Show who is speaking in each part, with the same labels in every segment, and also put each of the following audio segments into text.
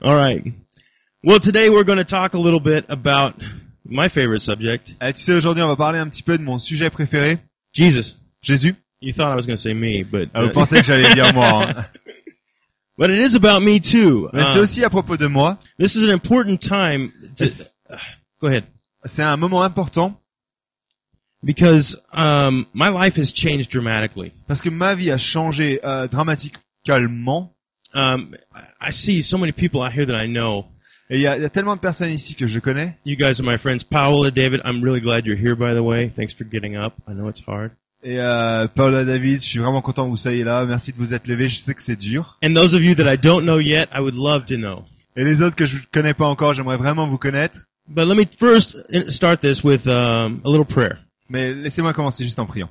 Speaker 1: All right. Well, today we're going to talk a little bit about my favorite subject,
Speaker 2: Eh, tu sais, aujourd'hui, on va parler un petit peu de mon sujet préféré,
Speaker 1: Jesus.
Speaker 2: Jésus.
Speaker 1: You thought I was going to say me, but
Speaker 2: Ah, vous
Speaker 1: uh,
Speaker 2: pensez que j'allais dire moi. hein.
Speaker 1: but it is about me too.
Speaker 2: Mais
Speaker 1: Uh,
Speaker 2: c'est aussi à propos de moi.
Speaker 1: this is an important time. To,
Speaker 2: Yes.
Speaker 1: uh, go ahead,
Speaker 2: C'est un moment important
Speaker 1: because um, my life has changed dramatically.
Speaker 2: parce que ma vie a changé euh, dramatiquement.
Speaker 1: Um, I- I see so many people out here that I know.
Speaker 2: Et il y, a il y a tellement de personnes ici que je connais.
Speaker 1: You guys are my friends, Paola, David. I'm really glad you're here. By the way, thanks for getting up. I know it's hard.
Speaker 2: Et euh, Paula David, je suis vraiment content que vous soyez là. Merci de vous être levés. Je sais que c'est dur.
Speaker 1: And those of you that I don't know yet, I would love to know.
Speaker 2: Et les autres que je connais pas encore, j'aimerais vraiment vous connaître.
Speaker 1: But let me first uh, start this with um, a little prayer.
Speaker 2: Mais laissez-moi commencer juste en priant.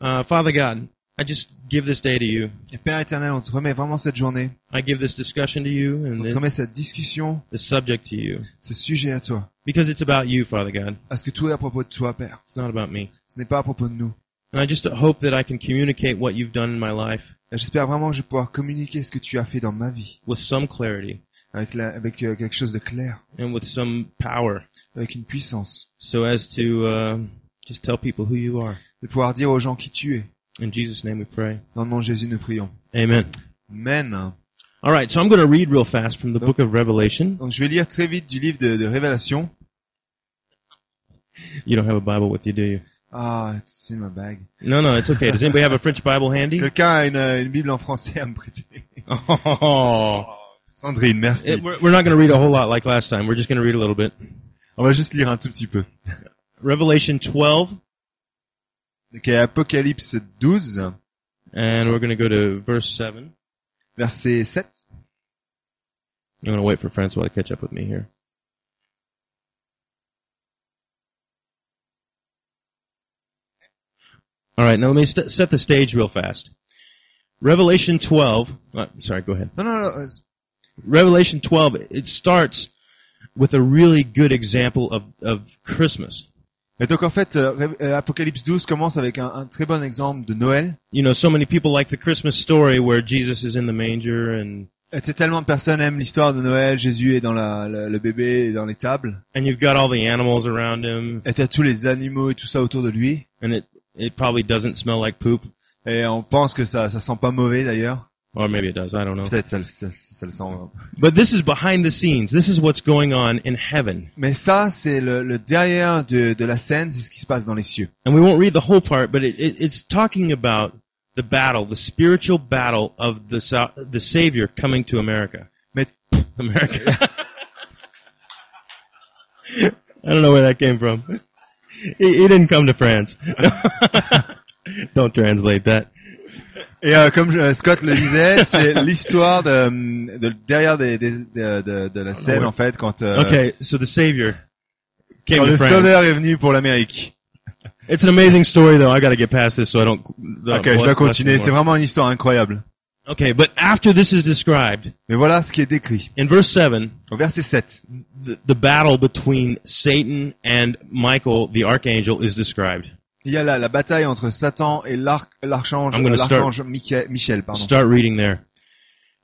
Speaker 1: Uh, Father God, I just give this day to you.
Speaker 2: Et Père éternel, on te remet vraiment cette journée.
Speaker 1: I give this discussion to you
Speaker 2: On
Speaker 1: and
Speaker 2: te
Speaker 1: this,
Speaker 2: remet cette discussion,
Speaker 1: this subject to you
Speaker 2: ce sujet à toi.
Speaker 1: because it's about you, Father God.
Speaker 2: Parce que tout est à propos de toi, Père.
Speaker 1: It's not about me.
Speaker 2: Ce n'est pas à propos de nous.
Speaker 1: And I just hope that I can communicate what you've done in my life
Speaker 2: Et J'espère vraiment que je vais pouvoir communiquer ce que tu as fait dans ma vie.
Speaker 1: with some clarity
Speaker 2: Avec, la- avec euh, quelque chose de clair.
Speaker 1: and with some power,
Speaker 2: Avec une puissance.
Speaker 1: so as to uh, just tell people who you are.
Speaker 2: De pouvoir dire aux gens qui tu es.
Speaker 1: In Jesus' name, we pray.
Speaker 2: Dans le nom de Jésus, nous prions.
Speaker 1: Amen.
Speaker 2: Amen.
Speaker 1: All right, so I'm going to read real fast from the book of Revelation.
Speaker 2: Donc je vais lire très vite du livre de, de Révélation.
Speaker 1: You don't have a Bible with you, do you?
Speaker 2: Ah, c'est ma bague.
Speaker 1: No, no, it's okay. Does anybody have a French Bible handy?
Speaker 2: Quelqu'un a une, euh, une Bible en français à me prêter.
Speaker 1: Oh.
Speaker 2: Sandrine, merci.
Speaker 1: It- we're, we're not going to read a whole lot like last time. We're just going to read a little bit.
Speaker 2: On va juste lire un tout petit peu.
Speaker 1: Revelation 12,
Speaker 2: Donc à Apocalypse 12,
Speaker 1: and we're going to go to verse 7.
Speaker 2: verset 7.
Speaker 1: I'm going to wait for Francois to catch up with me here. All right, now let me st- set the stage real fast. Revelation 12, uh, sorry, go ahead.
Speaker 2: Non, non, non, euh,
Speaker 1: Revelation 12, it starts with a really good example of, of Christmas.
Speaker 2: Et donc en fait, euh, Ré- euh, Apocalypse 12 commence avec un, un très bon exemple de Noël.
Speaker 1: You know, so many people like the Christmas story where Jesus is in the manger and
Speaker 2: Et c'est tellement de personnes aiment l'histoire de Noël, Jésus est dans la, la- le bébé et dans les tables,
Speaker 1: and you've got all the animals around him,
Speaker 2: et t'as tous les animaux et tout ça autour de lui,
Speaker 1: and it it probably doesn't smell like poop,
Speaker 2: et on pense que ça, ça sent pas mauvais d'ailleurs.
Speaker 1: or maybe it does. I don't know.
Speaker 2: Peut-être ça, le- ça, ça le sent.
Speaker 1: But this is behind the scenes. This is what's going on in heaven,
Speaker 2: Mais ça, c'est le, le derrière de, de la scène, c'est ce qui se passe dans les cieux.
Speaker 1: and we won't read the whole part, but it, it, it's talking about the battle, the spiritual battle of the Sa- the Savior coming to America.
Speaker 2: Mais
Speaker 1: America. I don't know where that came from. He, he didn't come to France. don't translate that.
Speaker 2: Et euh, comme euh, Scott le disait, c'est l'histoire de, hum, de derrière des, des- de, de- de la scène
Speaker 1: ouais.
Speaker 2: en fait quand, euh,
Speaker 1: Okay, so the Savior came
Speaker 2: quand
Speaker 1: to
Speaker 2: le
Speaker 1: France.
Speaker 2: Sauveur est venu pour l'Amérique.
Speaker 1: It's an amazing story, though. I got to get past this so I don't.
Speaker 2: Ok, je dois continuer. C'est vraiment une histoire incroyable.
Speaker 1: Okay, but after this is described
Speaker 2: Mais voilà ce qui est décrit.
Speaker 1: in verse seven,
Speaker 2: Au verset 7.
Speaker 1: the, the battle between Satan and Michael, the archangel, is described.
Speaker 2: Il y a la, la bataille entre Satan et l'arc- l'archange
Speaker 1: I'm gonna start-
Speaker 2: l'archange Micha- Michel. Pardon.
Speaker 1: Start reading there.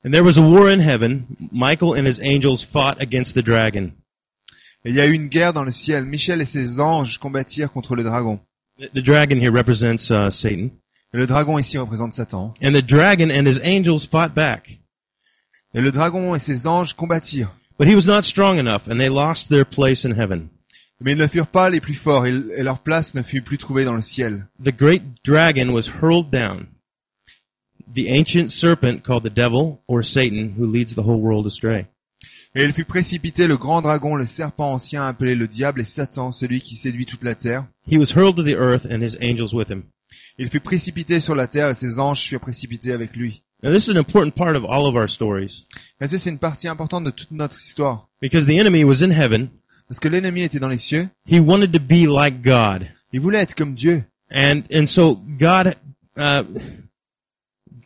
Speaker 1: And there was a war in heaven. Michael and his angels fought against the dragon.
Speaker 2: Et il y a eu une guerre dans le ciel. Michel et ses anges combattirent contre le dragon.
Speaker 1: The, the dragon here represents uh, Satan,
Speaker 2: Et le dragon ici représente Satan.
Speaker 1: and the dragon and his angels fought back.
Speaker 2: Et le dragon et ses anges combattirent.
Speaker 1: But he was not strong enough, and they lost their place in heaven.
Speaker 2: Mais ils ne furent pas les plus forts et, et leur place ne fut plus trouvée dans le ciel.
Speaker 1: the great dragon was hurled down, the ancient serpent called the devil or Satan, who leads the whole world astray.
Speaker 2: Et il fut précipité le grand dragon, le serpent ancien appelé le diable et Satan, celui qui séduit toute la terre.
Speaker 1: He was hurled to the earth and his angels with him.
Speaker 2: Il fut précipité sur la terre et ses anges furent précipités avec lui.
Speaker 1: Now, this is an important part of all of our stories
Speaker 2: Et ça, c'est une partie importante de toute notre histoire.
Speaker 1: because the enemy was in heaven.
Speaker 2: Parce que l'ennemi était dans les cieux,
Speaker 1: He wanted to be like God,
Speaker 2: il voulait être comme Dieu.
Speaker 1: and and so God, uh,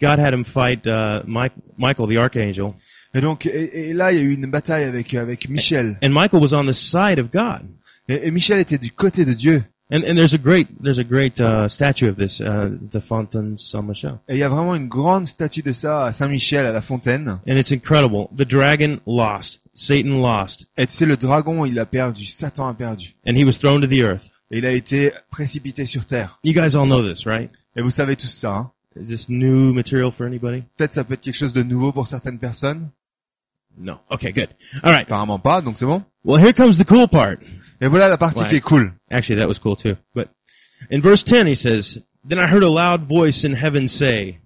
Speaker 1: God had him fight uh, Mike, Michael the archangel,
Speaker 2: Et donc, et, et là, il y a eu une bataille avec avec Michel.
Speaker 1: and Michael was on the side of God.
Speaker 2: Et, et Michel était du côté de Dieu.
Speaker 1: And and there's a great there's a great uh, statue of this uh, the Fontaine Saint Michel,
Speaker 2: Et il y a vraiment une grande statue de ça à Saint-Michel, à la fontaine.
Speaker 1: and it's incredible. The dragon lost, Satan lost,
Speaker 2: Et tu sais, le dragon, il a perdu, Satan a perdu.
Speaker 1: and he was thrown to the earth.
Speaker 2: Et il a été précipité sur terre.
Speaker 1: You guys all know this, right?
Speaker 2: Et vous savez tout ça. hein.
Speaker 1: Is this new material for anybody?
Speaker 2: Peut-être ça peut être quelque chose de nouveau pour certaines personnes.
Speaker 1: No. Okay, good. All right.
Speaker 2: Apparemment pas, donc c'est bon.
Speaker 1: Well, here comes the cool part.
Speaker 2: Et voilà la partie
Speaker 1: Ouais.
Speaker 2: qui est cool.
Speaker 1: Actually, that was cool too. But in verse 10, he says, Then I heard a loud voice in heaven say,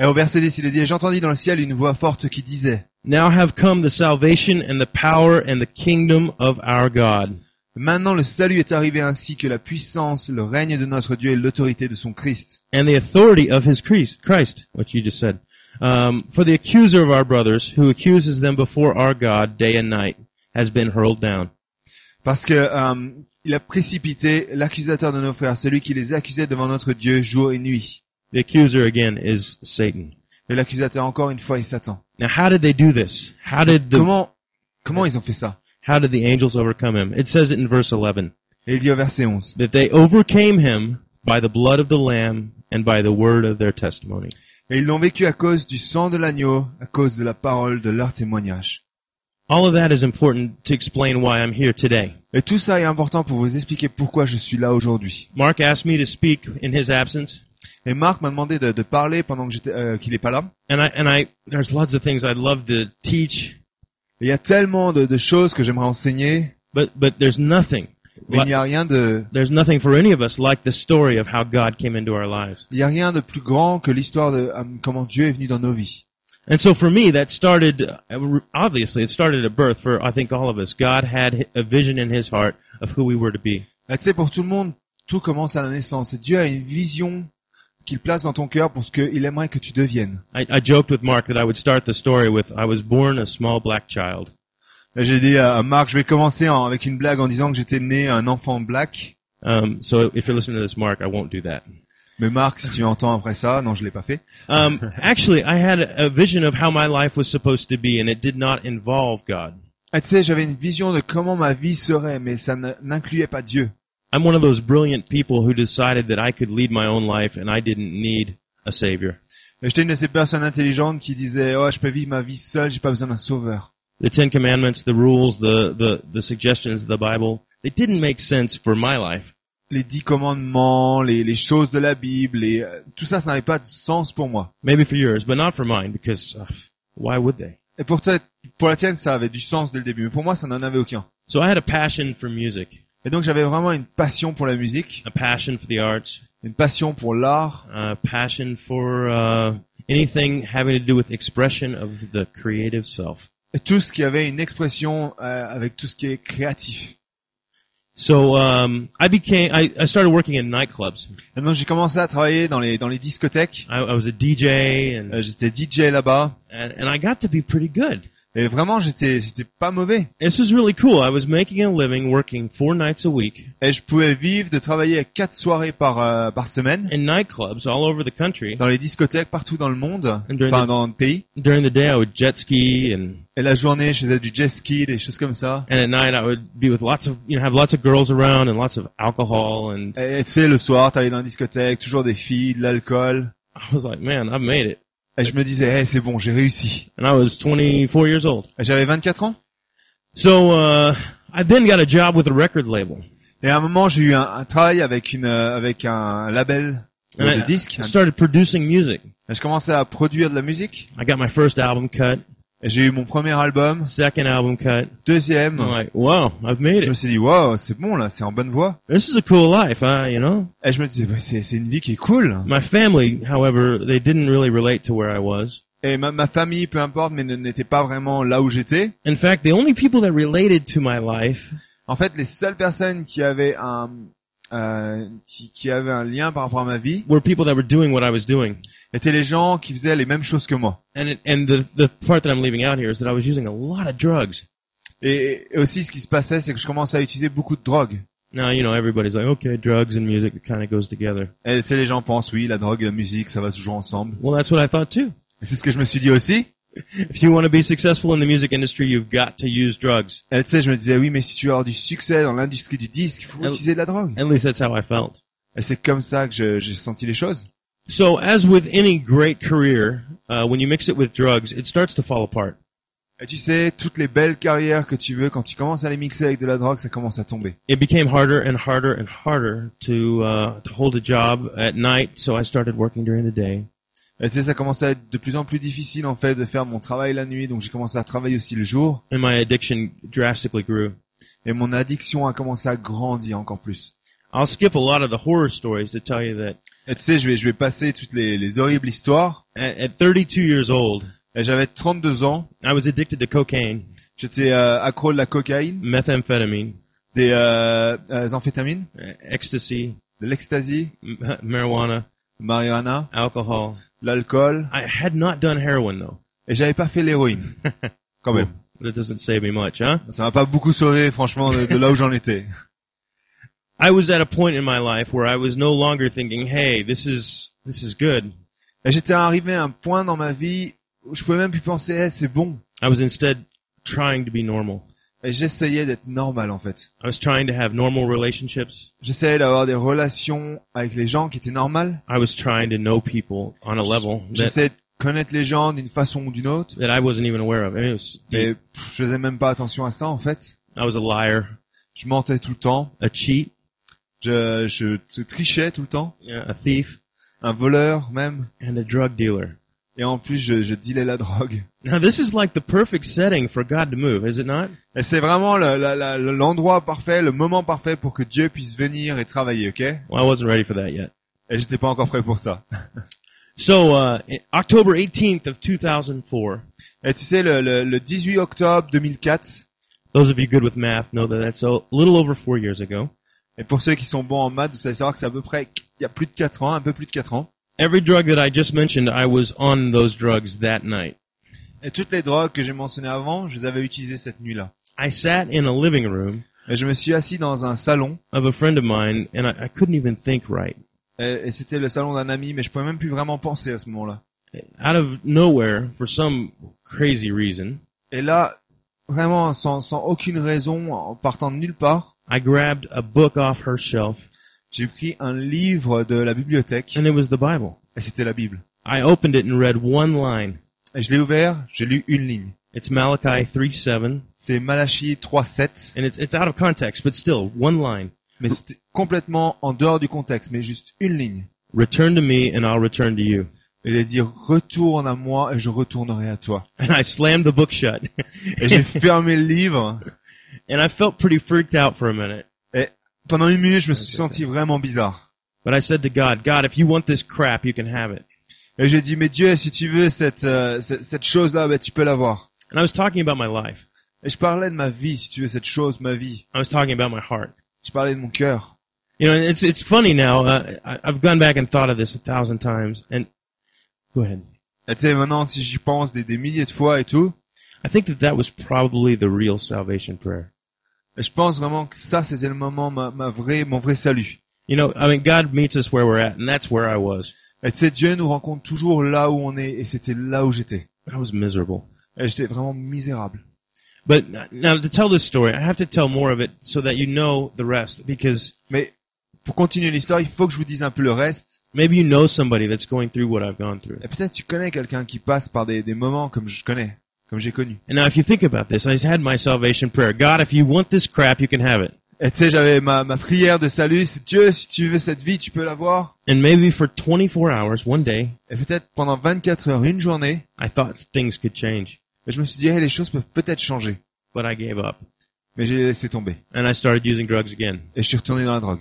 Speaker 2: Et au verset 10, il est dit, j'entendis dans le ciel une voix forte qui disait,
Speaker 1: Now have come the salvation and the power and the kingdom of our God.
Speaker 2: Maintenant le salut est arrivé ainsi que la puissance, le règne de notre Dieu et l'autorité de son Christ.
Speaker 1: and the authority of his Christ, Christ what you just said. Um, for the accuser of our brothers, who accuses them before our God day and night, has been hurled down.
Speaker 2: Parce que euh, il a précipité l'accusateur de nos frères, celui qui les accusait devant notre Dieu jour et nuit.
Speaker 1: The accuser again is Satan.
Speaker 2: Et l'accusateur encore une fois est Satan.
Speaker 1: Now, how did they do this? How did the
Speaker 2: Comment, comment ils ont fait ça
Speaker 1: how did the angels overcome him? It says it in verse 11
Speaker 2: Et il dit au verset 11,
Speaker 1: that they overcame him by the blood of the lamb and by the word of their testimony.
Speaker 2: Et ils l'ont vécu à cause du sang de l'agneau, à cause de la parole de leur témoignage.
Speaker 1: All of that is important to explain why I'm here today.
Speaker 2: Et tout ça est important pour vous expliquer pourquoi je suis là aujourd'hui.
Speaker 1: Mark asked me to speak in his absence.
Speaker 2: Et Marc m'a demandé de, de parler pendant que j'étais, euh, qu'il n'est pas là.
Speaker 1: And I, and I, there's lots of things I'd love to teach
Speaker 2: Et il y a tellement de, de choses que j'aimerais enseigner,
Speaker 1: But but there's nothing.
Speaker 2: mais il n'y a rien de,
Speaker 1: There's nothing for any of us like the story of how God came into our lives.
Speaker 2: il n'y a rien de plus grand que l'histoire de euh, comment Dieu est venu dans nos vies.
Speaker 1: And so for me, that started uh, obviously it started at birth for I think all of us. God had a vision in His heart of who we were to be.
Speaker 2: Là, Bah, tu sais, pour tout le monde, tout commence à la naissance. Et Dieu a une vision qu'il place dans ton cœur pour ce qu'il aimerait que tu deviennes.
Speaker 1: I, I joked with Mark that I would start the story with I was born a small black child.
Speaker 2: Là, J'ai dit à Marc, je vais commencer en- avec une blague en disant que j'étais né un enfant black.
Speaker 1: Um, so if you're listening to this, Mark, I won't do that.
Speaker 2: Mais Marc, si tu entends après ça, non, je l'ai pas fait.
Speaker 1: Um, actually, I had a a vision of how my life was supposed to be, and it did not involve God.
Speaker 2: Ah, tu sais, j'avais une vision de comment ma vie serait, mais ça ne- n'incluait pas Dieu.
Speaker 1: I'm one of those brilliant people who decided that I could lead my own life and I didn't need a savior.
Speaker 2: Et J'étais une de ces personnes intelligentes qui disaient, oh, je peux vivre ma vie seule, j'ai pas besoin d'un sauveur.
Speaker 1: The Ten Commandments, the rules, the, the, the suggestions of the Bible, they didn't make sense for my life.
Speaker 2: Les dix commandements, les, les choses de la Bible, les, euh, tout ça, ça n'avait pas de sens pour moi.
Speaker 1: Maybe for yours, but not for mine because ugh, why would they?
Speaker 2: Et pour toi, pour la tienne, ça avait du sens dès le début, mais pour moi, ça n'en avait aucun.
Speaker 1: So I had a passion for music,
Speaker 2: Et donc, j'avais vraiment une passion pour la musique,
Speaker 1: a passion for the arts,
Speaker 2: une passion pour l'art,
Speaker 1: a passion for uh, anything having to do with expression of the creative self.
Speaker 2: et tout ce qui avait une expression euh, avec tout ce qui est créatif.
Speaker 1: So um, I became, I, I started working in nightclubs.
Speaker 2: Et donc, j'ai commencé à travailler dans les, dans les discothèques.
Speaker 1: I, I was a DJ and
Speaker 2: Euh, J'étais DJ là-bas.
Speaker 1: and, and I got to be pretty good.
Speaker 2: Et vraiment, j'étais, j'étais pas mauvais.
Speaker 1: This was really cool. I was making a living working four nights a week
Speaker 2: Et je pouvais vivre de travailler à quatre soirées par, euh, par semaine
Speaker 1: in nightclubs all over the country.
Speaker 2: dans les discothèques partout dans le monde,
Speaker 1: And during
Speaker 2: enfin
Speaker 1: the-
Speaker 2: dans le pays.
Speaker 1: During the day, I would jet ski, and
Speaker 2: Et la journée, je faisais du jet ski, des choses comme ça.
Speaker 1: and at night, I would be with lots of you know have lots of girls around and lots of alcohol. And
Speaker 2: Et tu sais, le soir, t'allais dans la discothèque, toujours des filles, de l'alcool.
Speaker 1: I was like, man, I've made it.
Speaker 2: Et je me disais, hey, c'est bon, j'ai réussi.
Speaker 1: And I was 24 years old.
Speaker 2: Et J'avais 24 ans.
Speaker 1: So uh, I then got a job with a record label.
Speaker 2: Et à un moment, j'ai eu un, un travail avec une, euh, avec un label
Speaker 1: And
Speaker 2: de
Speaker 1: I,
Speaker 2: disques.
Speaker 1: I started producing music.
Speaker 2: Et je commençais à produire de la musique.
Speaker 1: I got my first album cut,
Speaker 2: Et J'ai eu mon premier album,
Speaker 1: second album cut.
Speaker 2: deuxième.
Speaker 1: I'm like, wow, I've made
Speaker 2: Je me
Speaker 1: it.
Speaker 2: suis dit, wow, c'est bon là, c'est en bonne voie.
Speaker 1: This is a cool life, uh, you know.
Speaker 2: Et je me disais, ouais, c'est c'est une vie qui est cool.
Speaker 1: My family, however, they didn't really relate to where I was.
Speaker 2: Et ma, ma famille, peu importe, mais ne- n'était pas vraiment là où j'étais.
Speaker 1: In fact, the only people that related to my life
Speaker 2: En fait, les seules personnes qui avaient un euh, qui, qui avaient un lien par rapport à ma vie
Speaker 1: were people that were doing what I was doing.
Speaker 2: étaient les gens qui faisaient les mêmes choses que moi.
Speaker 1: And it, and the the part that I'm leaving out here is that I was using a lot of drugs.
Speaker 2: Et, et aussi, ce qui se passait, c'est que je commençais à utiliser beaucoup de drogue.
Speaker 1: Now, you know, everybody's like, okay, drugs and music, it kind of goes together.
Speaker 2: Et tu sais, les gens pensent, oui, la drogue et la musique, ça va toujours ensemble.
Speaker 1: Well, that's what I thought too.
Speaker 2: Et c'est ce que je me suis dit aussi.
Speaker 1: If you want to be successful in the music industry, you've got to use drugs.
Speaker 2: Et tu sais, je me disais, oui, mais si tu veux avoir du succès dans l'industrie du disque, il faut
Speaker 1: Elle-
Speaker 2: utiliser de la drogue.
Speaker 1: At least that's how I felt.
Speaker 2: Et c'est comme ça que je- j'ai senti les choses.
Speaker 1: So, as with any great career, uh, when you mix it with drugs, it starts to fall apart.
Speaker 2: Et tu sais, toutes les belles carrières que tu veux, quand tu commences à les mixer avec de la drogue, ça commence à tomber.
Speaker 1: It became harder and harder and harder to uh, to hold a job at night, so I started working during the day.
Speaker 2: Et tu sais, ça commençait à être de plus en plus difficile, en fait, de faire mon travail la nuit, donc j'ai commencé à travailler aussi le jour,
Speaker 1: and my addiction drastically grew.
Speaker 2: et mon addiction a commencé à grandir encore plus.
Speaker 1: I'll skip a lot of the horror stories to tell you that
Speaker 2: Et tu sais, je vais, je vais passer toutes les, les horribles histoires.
Speaker 1: at, at 32 years old,
Speaker 2: Et J'avais 32 ans,
Speaker 1: I was addicted to cocaine,
Speaker 2: j'étais euh, accro de la cocaïne,
Speaker 1: methamphetamine,
Speaker 2: des euh, euh, amphétamines,
Speaker 1: uh, ecstasy,
Speaker 2: de l'ecstasy,
Speaker 1: m- marijuana,
Speaker 2: marijuana,
Speaker 1: alcohol.
Speaker 2: l'alcool,
Speaker 1: I had not done heroin though.
Speaker 2: et j'avais pas fait l'héroïne. Quand même.
Speaker 1: That doesn't save me much, huh?
Speaker 2: Ça m'a pas beaucoup sauvé, franchement, de, de là où j'en étais.
Speaker 1: I was at a point in my life where I was no longer thinking, "Hey, this is this is good."
Speaker 2: Et j'étais arrivé à un point dans ma vie où je pouvais même plus penser, Eh, c'est bon.
Speaker 1: I was instead trying to be normal.
Speaker 2: Et j'essayais d'être normal, en fait.
Speaker 1: I was trying to have normal relationships.
Speaker 2: J'essayais d'avoir des relations avec les gens qui étaient normales.
Speaker 1: I was trying to know people on a level that,
Speaker 2: J'essayais de connaître les gens d'une façon ou d'une autre.
Speaker 1: that I wasn't even aware of. I mean, it was deep.
Speaker 2: Mais pff, je faisais même pas attention à ça, en fait.
Speaker 1: I was a liar,
Speaker 2: Je mentais tout le temps.
Speaker 1: a cheat,
Speaker 2: Je, je t- trichais tout le temps.
Speaker 1: yeah, a thief,
Speaker 2: Un voleur, même.
Speaker 1: and a drug dealer.
Speaker 2: Et en plus, je, je dealais la drogue.
Speaker 1: Now this is like the perfect setting for God to move, is it not?
Speaker 2: Et c'est vraiment le- la- la- l'endroit parfait, le moment parfait pour que Dieu puisse venir et travailler, ok Et
Speaker 1: Well, I wasn't ready for that yet.
Speaker 2: j'étais pas encore prêt pour ça.
Speaker 1: So, uh, i- October 18th of 2004,
Speaker 2: Et tu sais, le, le, le 18 octobre 2004,
Speaker 1: those of you good with math know that that's a little over four years ago.
Speaker 2: et pour ceux qui sont bons en maths, vous savez savoir que c'est à peu près il y a plus de 4 ans, un peu plus de 4 ans.
Speaker 1: Every drug that I just mentioned, I was on those drugs that night.
Speaker 2: Et toutes les drogues que j'ai mentionnées avant, je les avais utilisées cette nuit-là.
Speaker 1: I sat in a living room
Speaker 2: Et je me suis assis dans un salon,
Speaker 1: of a friend of mine and I, I couldn't even think right.
Speaker 2: et, et c'était le salon d'un ami, mais je pouvais même plus vraiment penser à ce moment-là.
Speaker 1: Out of nowhere, for some crazy reason,
Speaker 2: Et là, vraiment, sans, sans aucune raison, en partant de nulle part,
Speaker 1: I grabbed a book off her shelf
Speaker 2: j'ai pris un livre de la bibliothèque,
Speaker 1: and it was the Bible.
Speaker 2: et c'était la Bible.
Speaker 1: I opened it and read one line.
Speaker 2: Et je l'ai ouvert, j'ai lu une ligne.
Speaker 1: It's Malachi 3:7,
Speaker 2: C'est Malachie 3.7,
Speaker 1: and it's it's out of context, but still one line.
Speaker 2: mais c'était complètement en dehors du contexte, mais juste une ligne.
Speaker 1: Return to me, and I'll return to you.
Speaker 2: Et il a dit retourne à moi et je retournerai à toi.
Speaker 1: And I slammed the book shut,
Speaker 2: Et j'ai fermé le livre.
Speaker 1: and I felt pretty freaked out for a minute.
Speaker 2: Pendant une minute, je me suis senti vraiment bizarre.
Speaker 1: But I said to God, God, if you want this crap, you can have it.
Speaker 2: Et j'ai dit mais Dieu, si tu veux cette euh, cette, cette chose là, ben tu peux l'avoir.
Speaker 1: And I was talking about my life.
Speaker 2: Et je parlais de ma vie, si tu veux cette chose, ma vie.
Speaker 1: I was talking about my heart.
Speaker 2: Je parlais de mon cœur.
Speaker 1: You know, and it's it's funny now. Uh, I, I've gone back and thought of this a thousand times. And go ahead.
Speaker 2: Et tu sais maintenant, si j'y pense des, des milliers de fois et tout,
Speaker 1: I think that that was probably the real salvation prayer.
Speaker 2: et je pense vraiment que ça c'était le moment ma, ma vraie mon vrai salut.
Speaker 1: You know, I mean, God meets us where we're at, and that's where I was.
Speaker 2: Et tu sais Dieu nous rencontre toujours là où on est et c'était là où j'étais.
Speaker 1: I was miserable.
Speaker 2: Et j'étais vraiment misérable.
Speaker 1: But n- now to tell this story, I have to tell more of it so that you know the rest, because
Speaker 2: Mais pour continuer l'histoire, il faut que je vous dise un peu le reste.
Speaker 1: maybe you know somebody that's going through what I've gone through.
Speaker 2: Et peut-être tu connais quelqu'un qui passe par des, des moments comme je connais, comme j'ai connu.
Speaker 1: And now if you think about this, I had my salvation prayer. God, if you want this crap, you can have it.
Speaker 2: Et tu sais, j'avais ma, ma prière de salut, c'est Dieu, si tu veux cette vie, tu peux l'avoir.
Speaker 1: And maybe for 24 hours, one day,
Speaker 2: Et peut-être pendant 24 heures, une journée,
Speaker 1: I thought things could change,
Speaker 2: et je me suis dit, Eh, les choses peuvent peut-être changer.
Speaker 1: but I gave up.
Speaker 2: Mais j'ai laissé tomber.
Speaker 1: And I started using drugs again.
Speaker 2: Et je suis retourné dans la drogue.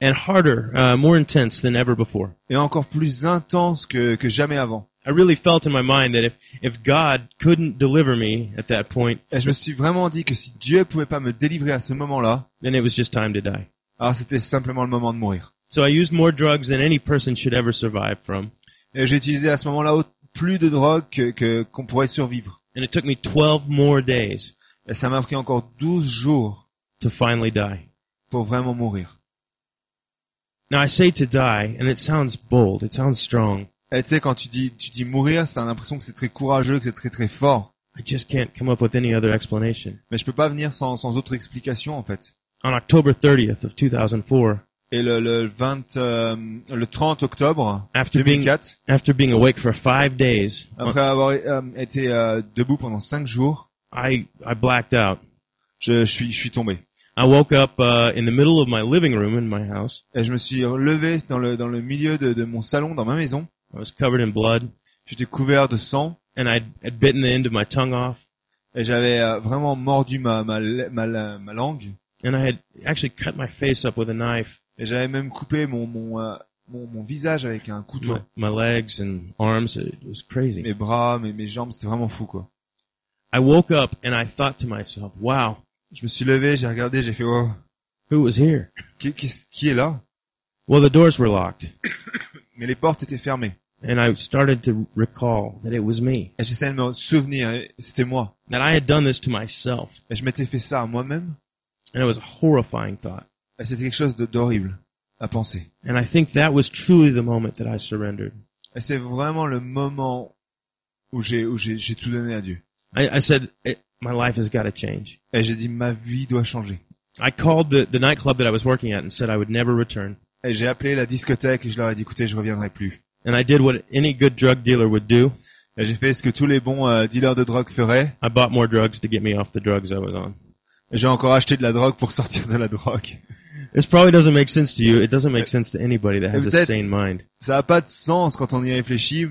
Speaker 1: And harder, uh, more intense than ever before.
Speaker 2: Et encore plus intense que, que jamais avant.
Speaker 1: I really felt in my mind that if, if God couldn't deliver me at that point,
Speaker 2: Et je me suis vraiment dit que si Dieu pouvait pas me délivrer à ce moment-là,
Speaker 1: then it was just time to die.
Speaker 2: alors c'était simplement le moment de mourir.
Speaker 1: So I used more drugs than any person should ever survive from.
Speaker 2: Et j'ai utilisé à ce moment-là au- plus de drogue que, que, qu'on pourrait survivre.
Speaker 1: And it took me 12 more days
Speaker 2: Et ça m'a pris encore 12 jours
Speaker 1: to finally die.
Speaker 2: pour vraiment mourir.
Speaker 1: Now I say to die, and it sounds bold, it sounds strong,
Speaker 2: Et eh, tu sais, quand tu dis, tu dis mourir, ça a l'impression que c'est très courageux, que c'est très très fort.
Speaker 1: I just can't come up with any other explanation.
Speaker 2: Mais je peux pas venir sans, sans autre explication, en fait.
Speaker 1: On October 30th of 2004,
Speaker 2: Et le, le 20, euh, le 30 octobre
Speaker 1: after being
Speaker 2: 2004,
Speaker 1: after being awake for five days,
Speaker 2: après avoir euh, été euh, debout pendant cinq jours,
Speaker 1: I I blacked out.
Speaker 2: je, je suis, je suis tombé.
Speaker 1: I woke up uh, in the middle of my living room in my house.
Speaker 2: Et je me suis levé dans le, dans le milieu de, de mon salon, dans ma maison.
Speaker 1: I was covered in blood,
Speaker 2: J'étais couvert de sang
Speaker 1: and I'd, I'd bitten the end of my tongue off,
Speaker 2: et j'avais euh, vraiment mordu ma, ma, la- ma, la- ma langue.
Speaker 1: and I had actually cut my face up with a knife,
Speaker 2: Et j'avais même coupé mon, mon, euh, mon, mon visage avec un couteau.
Speaker 1: my, my legs and arms. It was crazy.
Speaker 2: Mes bras, mes, mes jambes, c'était vraiment fou, quoi.
Speaker 1: I woke up and I thought to myself, "Wow,
Speaker 2: Je me suis levé, j'ai regardé, j'ai fait, wow,
Speaker 1: who was here?"
Speaker 2: qui, qui, qui est là?
Speaker 1: Well, the doors were locked,
Speaker 2: Mais les portes étaient fermées.
Speaker 1: and I started to recall that it was me.
Speaker 2: Et j'essayais de me souvenir, et c'était moi.
Speaker 1: That I had done this to myself,
Speaker 2: Et je m'étais fait ça à moi-même,
Speaker 1: and it was a horrifying thought.
Speaker 2: et c'était quelque chose de- d'horrible à penser.
Speaker 1: And I think that was truly the moment that I surrendered.
Speaker 2: Et c'est vraiment le moment où j'ai, où j'ai, j'ai tout donné à Dieu.
Speaker 1: I, I said, "Eh, "My life has got to change."
Speaker 2: Et j'ai dit, ma vie doit changer.
Speaker 1: I called the, the nightclub that I was working at and said I would never return.
Speaker 2: Et j'ai appelé la discothèque et je leur ai dit, écoutez, je reviendrai plus.
Speaker 1: And I did what any good drug dealer would do.
Speaker 2: Et j'ai fait ce que tous les bons euh, dealers de drogue feraient.
Speaker 1: I bought more drugs to get me off the drugs I was on.
Speaker 2: Et J'ai encore acheté de la drogue pour sortir de la drogue.
Speaker 1: This probably doesn't make sense to you. It doesn't make sense to anybody that has a
Speaker 2: Peut-être-
Speaker 1: sane mind.
Speaker 2: Ça a pas de sens quand on y réfléchit,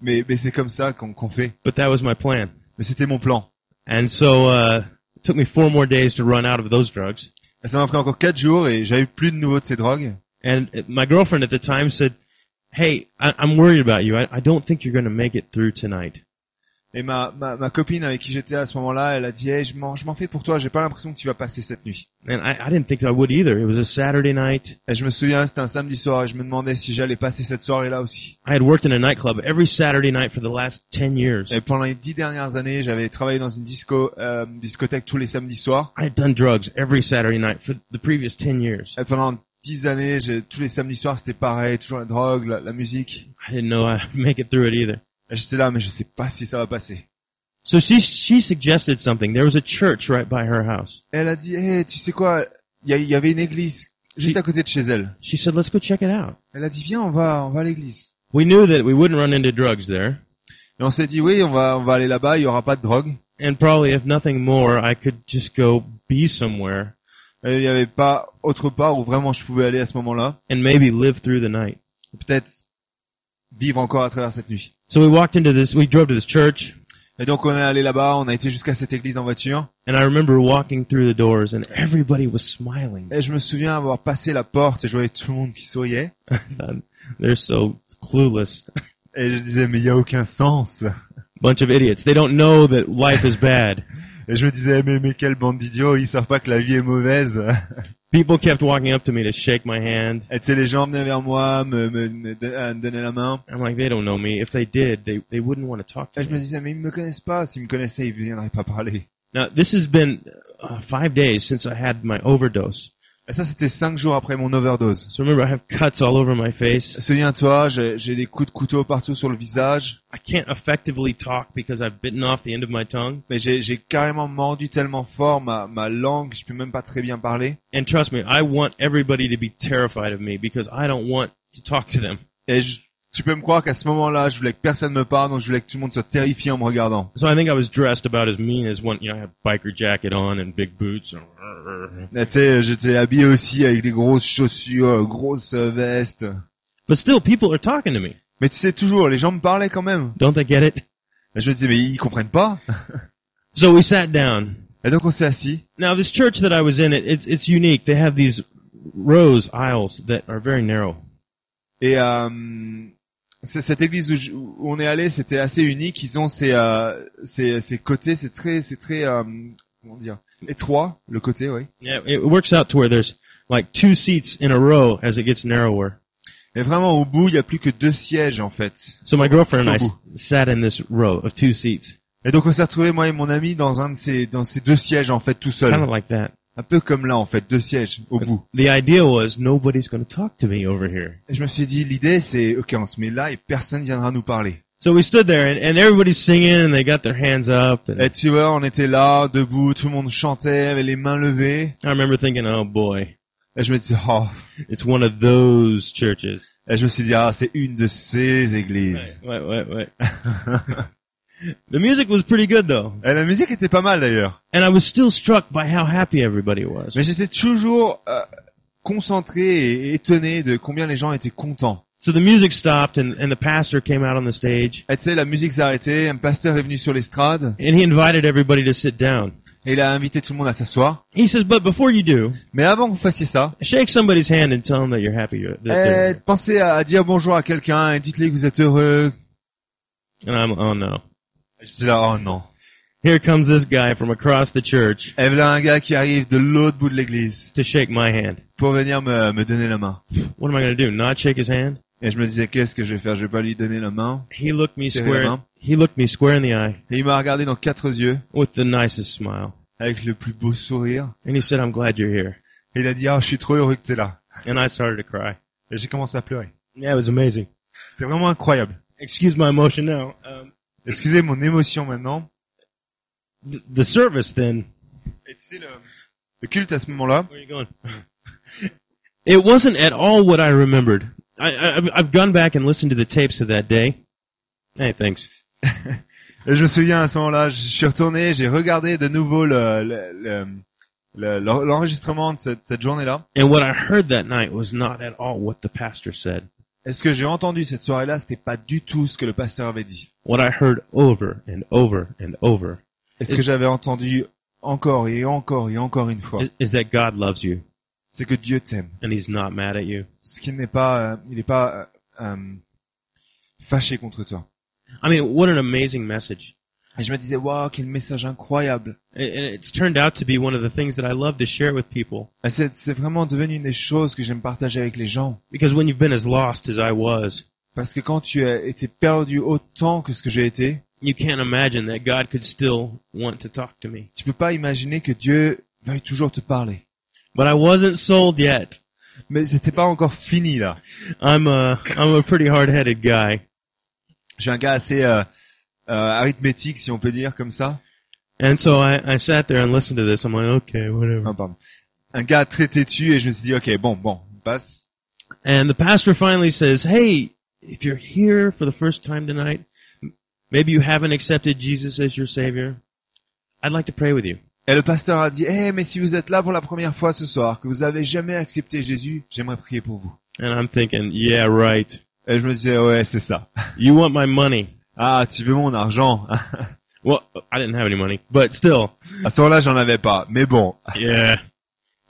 Speaker 2: mais, mais c'est comme ça qu'on, qu'on fait.
Speaker 1: But that was my plan.
Speaker 2: Mais c'était mon plan.
Speaker 1: And so, uh, it took me four more days to run out of those drugs.
Speaker 2: Et ça m'a pris encore quatre jours et j'avais plus de nouveau de ces drogues.
Speaker 1: And uh, my girlfriend at the time said, Hey, I- I'm worried about you. I, I don't think you're going to make it through tonight.
Speaker 2: Et ma, ma, ma copine avec qui j'étais à ce moment-là, elle a dit hey, je m'en je m'en fais pour toi, j'ai pas l'impression que tu vas passer cette nuit.
Speaker 1: And I, I didn't think I would either. It was a Saturday night.
Speaker 2: Et je me souviens, c'était un samedi soir et je me demandais si j'allais passer cette soirée-là aussi.
Speaker 1: I had worked in a nightclub every Saturday night for the last 10 years.
Speaker 2: Et pendant les dix dernières années, j'avais travaillé dans une disco, euh, discothèque tous les samedis soirs.
Speaker 1: I had done drugs every Saturday night for the previous 10 years.
Speaker 2: Et pendant dix années, j'ai- tous les samedis soirs, c'était pareil, toujours la drogue, la, la musique.
Speaker 1: I didn't know I'd make it through it either.
Speaker 2: Et J'étais là, mais je sais pas si ça va passer.
Speaker 1: So she, she suggested something. There was a church right by her house.
Speaker 2: Et elle a dit, hey, tu sais quoi, il y, a- il y avait une église juste à côté de chez elle.
Speaker 1: She said, let's go check it out.
Speaker 2: Elle a dit, viens, on va, on va à l'église.
Speaker 1: We knew that we wouldn't run into drugs there.
Speaker 2: Et on s'est dit, oui, on va, on va aller là-bas, il y aura pas de drogue.
Speaker 1: And probably if nothing more, I could just go be somewhere
Speaker 2: Et Il n'y avait pas autre part où vraiment je pouvais aller à ce moment-là.
Speaker 1: and maybe live through the night.
Speaker 2: Et Peut-être vivre encore à travers cette nuit.
Speaker 1: So we walked into this, we drove to this church
Speaker 2: Et donc on est allé là-bas, on a été jusqu'à cette église en voiture.
Speaker 1: and I remember walking through the doors and everybody was smiling.
Speaker 2: Et je me souviens avoir passé la porte et je voyais tout le monde qui souriait.
Speaker 1: They're so clueless.
Speaker 2: Et je disais, mais il n'y a aucun sens.
Speaker 1: Bunch of idiots. They don't know that life is bad.
Speaker 2: Et je me disais, mais, mais quelle bande d'idiots, ils savent pas que la vie est mauvaise.
Speaker 1: People kept walking up to me to shake my hand.
Speaker 2: Et tu sais, les gens venaient vers moi, me, me, me don- euh, me donnaient la main.
Speaker 1: I'm like, they don't know me. If they did, they, they wouldn't want to talk
Speaker 2: Et
Speaker 1: to
Speaker 2: je me
Speaker 1: me.
Speaker 2: disais, mais ils me connaissent pas. S'ils me connaissaient, ils viendraient pas parler.
Speaker 1: Now, this has been uh, five days since I had my overdose.
Speaker 2: Et ça, c'était cinq jours après mon overdose.
Speaker 1: So remember, I have cuts all over my face.
Speaker 2: Souviens-toi, j'ai j'ai des coups de couteau partout sur le visage.
Speaker 1: I can't effectively talk because I've bitten off the end of my tongue.
Speaker 2: Mais j'ai j'ai carrément mordu tellement fort ma, ma langue, je peux même pas très bien parler.
Speaker 1: And trust me, I want everybody to be terrified of me because I don't want to talk to them.
Speaker 2: Et je- tu peux me croire qu'à ce moment-là, je voulais que personne me parle, donc je voulais que tout le monde soit terrifié en me regardant.
Speaker 1: So I think I was dressed about as mean as one, you know, I had a biker jacket on and big boots. and-
Speaker 2: Et Tu sais, j'étais habillé aussi avec des grosses chaussures, grosses euh, vestes.
Speaker 1: But still, people are talking to me.
Speaker 2: Mais tu sais toujours, les gens me parlaient quand même.
Speaker 1: Don't they get it?
Speaker 2: Et je me disais, mais ils comprennent pas.
Speaker 1: So we sat down.
Speaker 2: Et donc on s'est assis.
Speaker 1: Now, this church that I was in, it, it's, it's unique. They have these rows, aisles that are very narrow.
Speaker 2: Et euh, c'est- cette église où, je- où on est allé, c'était assez unique. Ils ont ces, euh, ces, ces côtés, c'est très, c'est très, euh, comment dire, étroit le côté, oui.
Speaker 1: Yeah, it works out to where there's like two seats in a row as it gets narrower.
Speaker 2: Et vraiment au bout, il y a plus que deux sièges en fait.
Speaker 1: So my girlfriend and I s-
Speaker 2: Couple.
Speaker 1: sat in this row of two seats,
Speaker 2: Et donc on s'est retrouvé moi et mon ami dans un de ces, dans ces deux sièges en fait tout
Speaker 1: kind of
Speaker 2: seul.
Speaker 1: like that.
Speaker 2: Un peu comme là, en fait, deux sièges au bout.
Speaker 1: The idea was nobody's going to talk to me over here.
Speaker 2: Et je me suis dit, l'idée, c'est, ok, on se met là et personne viendra nous parler.
Speaker 1: So we stood there and, and everybody's singing and they got their hands up. And
Speaker 2: Et tu vois, on était là, debout, tout le monde chantait, avec les mains levées.
Speaker 1: I remember thinking, oh boy,
Speaker 2: Et je me dis, oh.
Speaker 1: it's one of those churches.
Speaker 2: Et je me suis dit, ah, c'est une de ces églises.
Speaker 1: Wait, wait, wait. the music was pretty good though.
Speaker 2: Et la musique était pas mal d'ailleurs.
Speaker 1: And I was still struck by how happy everybody was.
Speaker 2: Mais j'étais toujours euh, concentré et étonné de combien les gens étaient contents.
Speaker 1: So the music stopped and, and the pastor came out on the stage
Speaker 2: Et tu sais, la musique s'est arrêtée, un pasteur est venu sur l'estrade,
Speaker 1: and he invited everybody to sit down.
Speaker 2: et il a invité tout le monde à s'asseoir.
Speaker 1: He says, but before you do,
Speaker 2: Mais avant que vous fassiez ça,
Speaker 1: shake somebody's hand and tell them that you're happy. You're, that
Speaker 2: eh,
Speaker 1: they're-
Speaker 2: pensez à dire bonjour à quelqu'un et dites-lui que vous êtes heureux.
Speaker 1: and I'm, oh no.
Speaker 2: J'étais là, oh non.
Speaker 1: Here comes this guy from across the church
Speaker 2: Et voilà un gars qui arrive de l'autre bout de l'église
Speaker 1: to shake my hand.
Speaker 2: pour venir me, me donner la main.
Speaker 1: What am I going to do? Not shake his hand?
Speaker 2: Et je me disais, qu'est-ce que je vais faire Je vais pas lui donner la main.
Speaker 1: He looked me
Speaker 2: Serré la
Speaker 1: square.
Speaker 2: main.
Speaker 1: He looked me square in the eye
Speaker 2: Et il m'a regardé dans quatre yeux,
Speaker 1: with the nicest smile,
Speaker 2: avec le plus beau sourire.
Speaker 1: and he said, "I'm glad you're here."
Speaker 2: Et il a dit, ah, je suis trop heureux que t'es là.
Speaker 1: And I started to cry.
Speaker 2: Et j'ai commencé à pleurer.
Speaker 1: Yeah, it was amazing.
Speaker 2: C'était vraiment incroyable.
Speaker 1: Excuse my emotion now. Um,
Speaker 2: Excusez mon émotion maintenant.
Speaker 1: the, the service then.
Speaker 2: Et tu sais, le, le culte à ce moment-là,
Speaker 1: Where are you going? it wasn't at all what I remembered. I, I, I've- I've gone back and listened to the tapes of that day. Hey, thanks.
Speaker 2: et je me souviens à ce moment-là, je suis retourné, j'ai regardé de nouveau le- le- le- le- l'en- l'enregistrement de cette, cette journée-là.
Speaker 1: And what I heard that night was not at all what the pastor said.
Speaker 2: Et ce que j'ai entendu cette soirée-là, c'était pas du tout ce que le pasteur avait dit.
Speaker 1: What I heard over and over and over
Speaker 2: Et ce que j'avais entendu encore et encore et encore une fois,
Speaker 1: is, is that God loves you
Speaker 2: c'est que Dieu t'aime.
Speaker 1: and He's not mad at you.
Speaker 2: Ce qu'il n'est pas, euh, il n'est pas euh, euh, fâché contre toi.
Speaker 1: I mean, what an amazing message.
Speaker 2: Et je me disais, waouh, quel message incroyable.
Speaker 1: And and it's turned out to be one of the things that I love to share with people.
Speaker 2: Et C'est c'est vraiment devenu une des choses que j'aime partager avec les gens.
Speaker 1: Because when you've been as lost as I was,
Speaker 2: Parce que quand tu as été perdu autant que ce que j'ai été,
Speaker 1: you can't imagine that God could still want to talk to me.
Speaker 2: tu peux pas imaginer que Dieu veuille toujours te parler.
Speaker 1: But I wasn't sold yet.
Speaker 2: Mais c'était pas encore fini là.
Speaker 1: I'm a, I'm a pretty hard-headed guy.
Speaker 2: Je suis un gars assez euh, euh, arithmétique, si on peut dire comme ça.
Speaker 1: And so I, I sat there and listened to this. I'm like, okay, whatever.
Speaker 2: Non, pardon. Un gars très têtu et je me suis dit, ok, bon, bon, on passe.
Speaker 1: And the pastor finally says, hey, if you're here for the first time tonight, m- maybe you haven't accepted Jesus as your savior. I'd like to pray with you.
Speaker 2: Et le pasteur a dit, eh, mais si vous êtes là pour la première fois ce soir, que vous avez jamais accepté Jésus, j'aimerais prier pour vous.
Speaker 1: And I'm thinking, yeah, right.
Speaker 2: Et je me disais, ouais, c'est ça.
Speaker 1: You want my money.
Speaker 2: Ah, tu veux mon argent
Speaker 1: Well, I didn't have any money, but still.
Speaker 2: À ce moment-là, j'en avais pas. Mais bon.
Speaker 1: Yeah.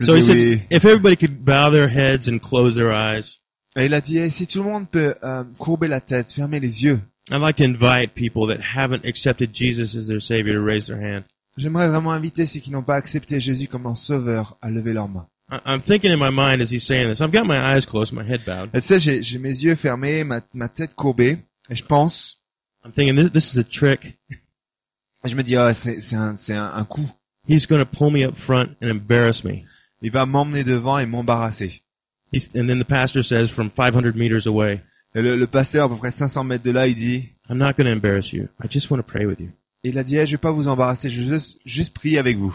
Speaker 2: Je
Speaker 1: So he
Speaker 2: dis
Speaker 1: said,
Speaker 2: oui.
Speaker 1: if everybody could bow their heads and close their eyes,
Speaker 2: Et il a dit, Eh, si tout le monde peut euh, courber la tête, fermer les yeux,
Speaker 1: I'd like to invite people that haven't accepted Jesus as their Savior to raise their hand.
Speaker 2: j'aimerais vraiment inviter ceux qui n'ont pas accepté Jésus comme leur sauveur à lever leurs mains.
Speaker 1: I- I'm thinking in my mind as he's saying this. I've got my eyes closed, my head bowed.
Speaker 2: Et tu sais, j'ai, j'ai mes yeux fermés, ma, ma tête courbée, et je pense,
Speaker 1: I'm thinking this, this is a trick.
Speaker 2: et je me dis, ah, c'est, c'est, un, c'est un, un coup.
Speaker 1: He's going to pull me up front and embarrass me.
Speaker 2: Il va m'emmener devant et m'embarrasser.
Speaker 1: He's, and then the pastor says from 500 meters away,
Speaker 2: Et le, le pasteur, à peu près 500 mètres de là, il dit,
Speaker 1: I'm not going to embarrass you. I just want to pray with you.
Speaker 2: il a dit, Eh, je vais pas vous embarrasser, je vais juste, juste prier avec vous.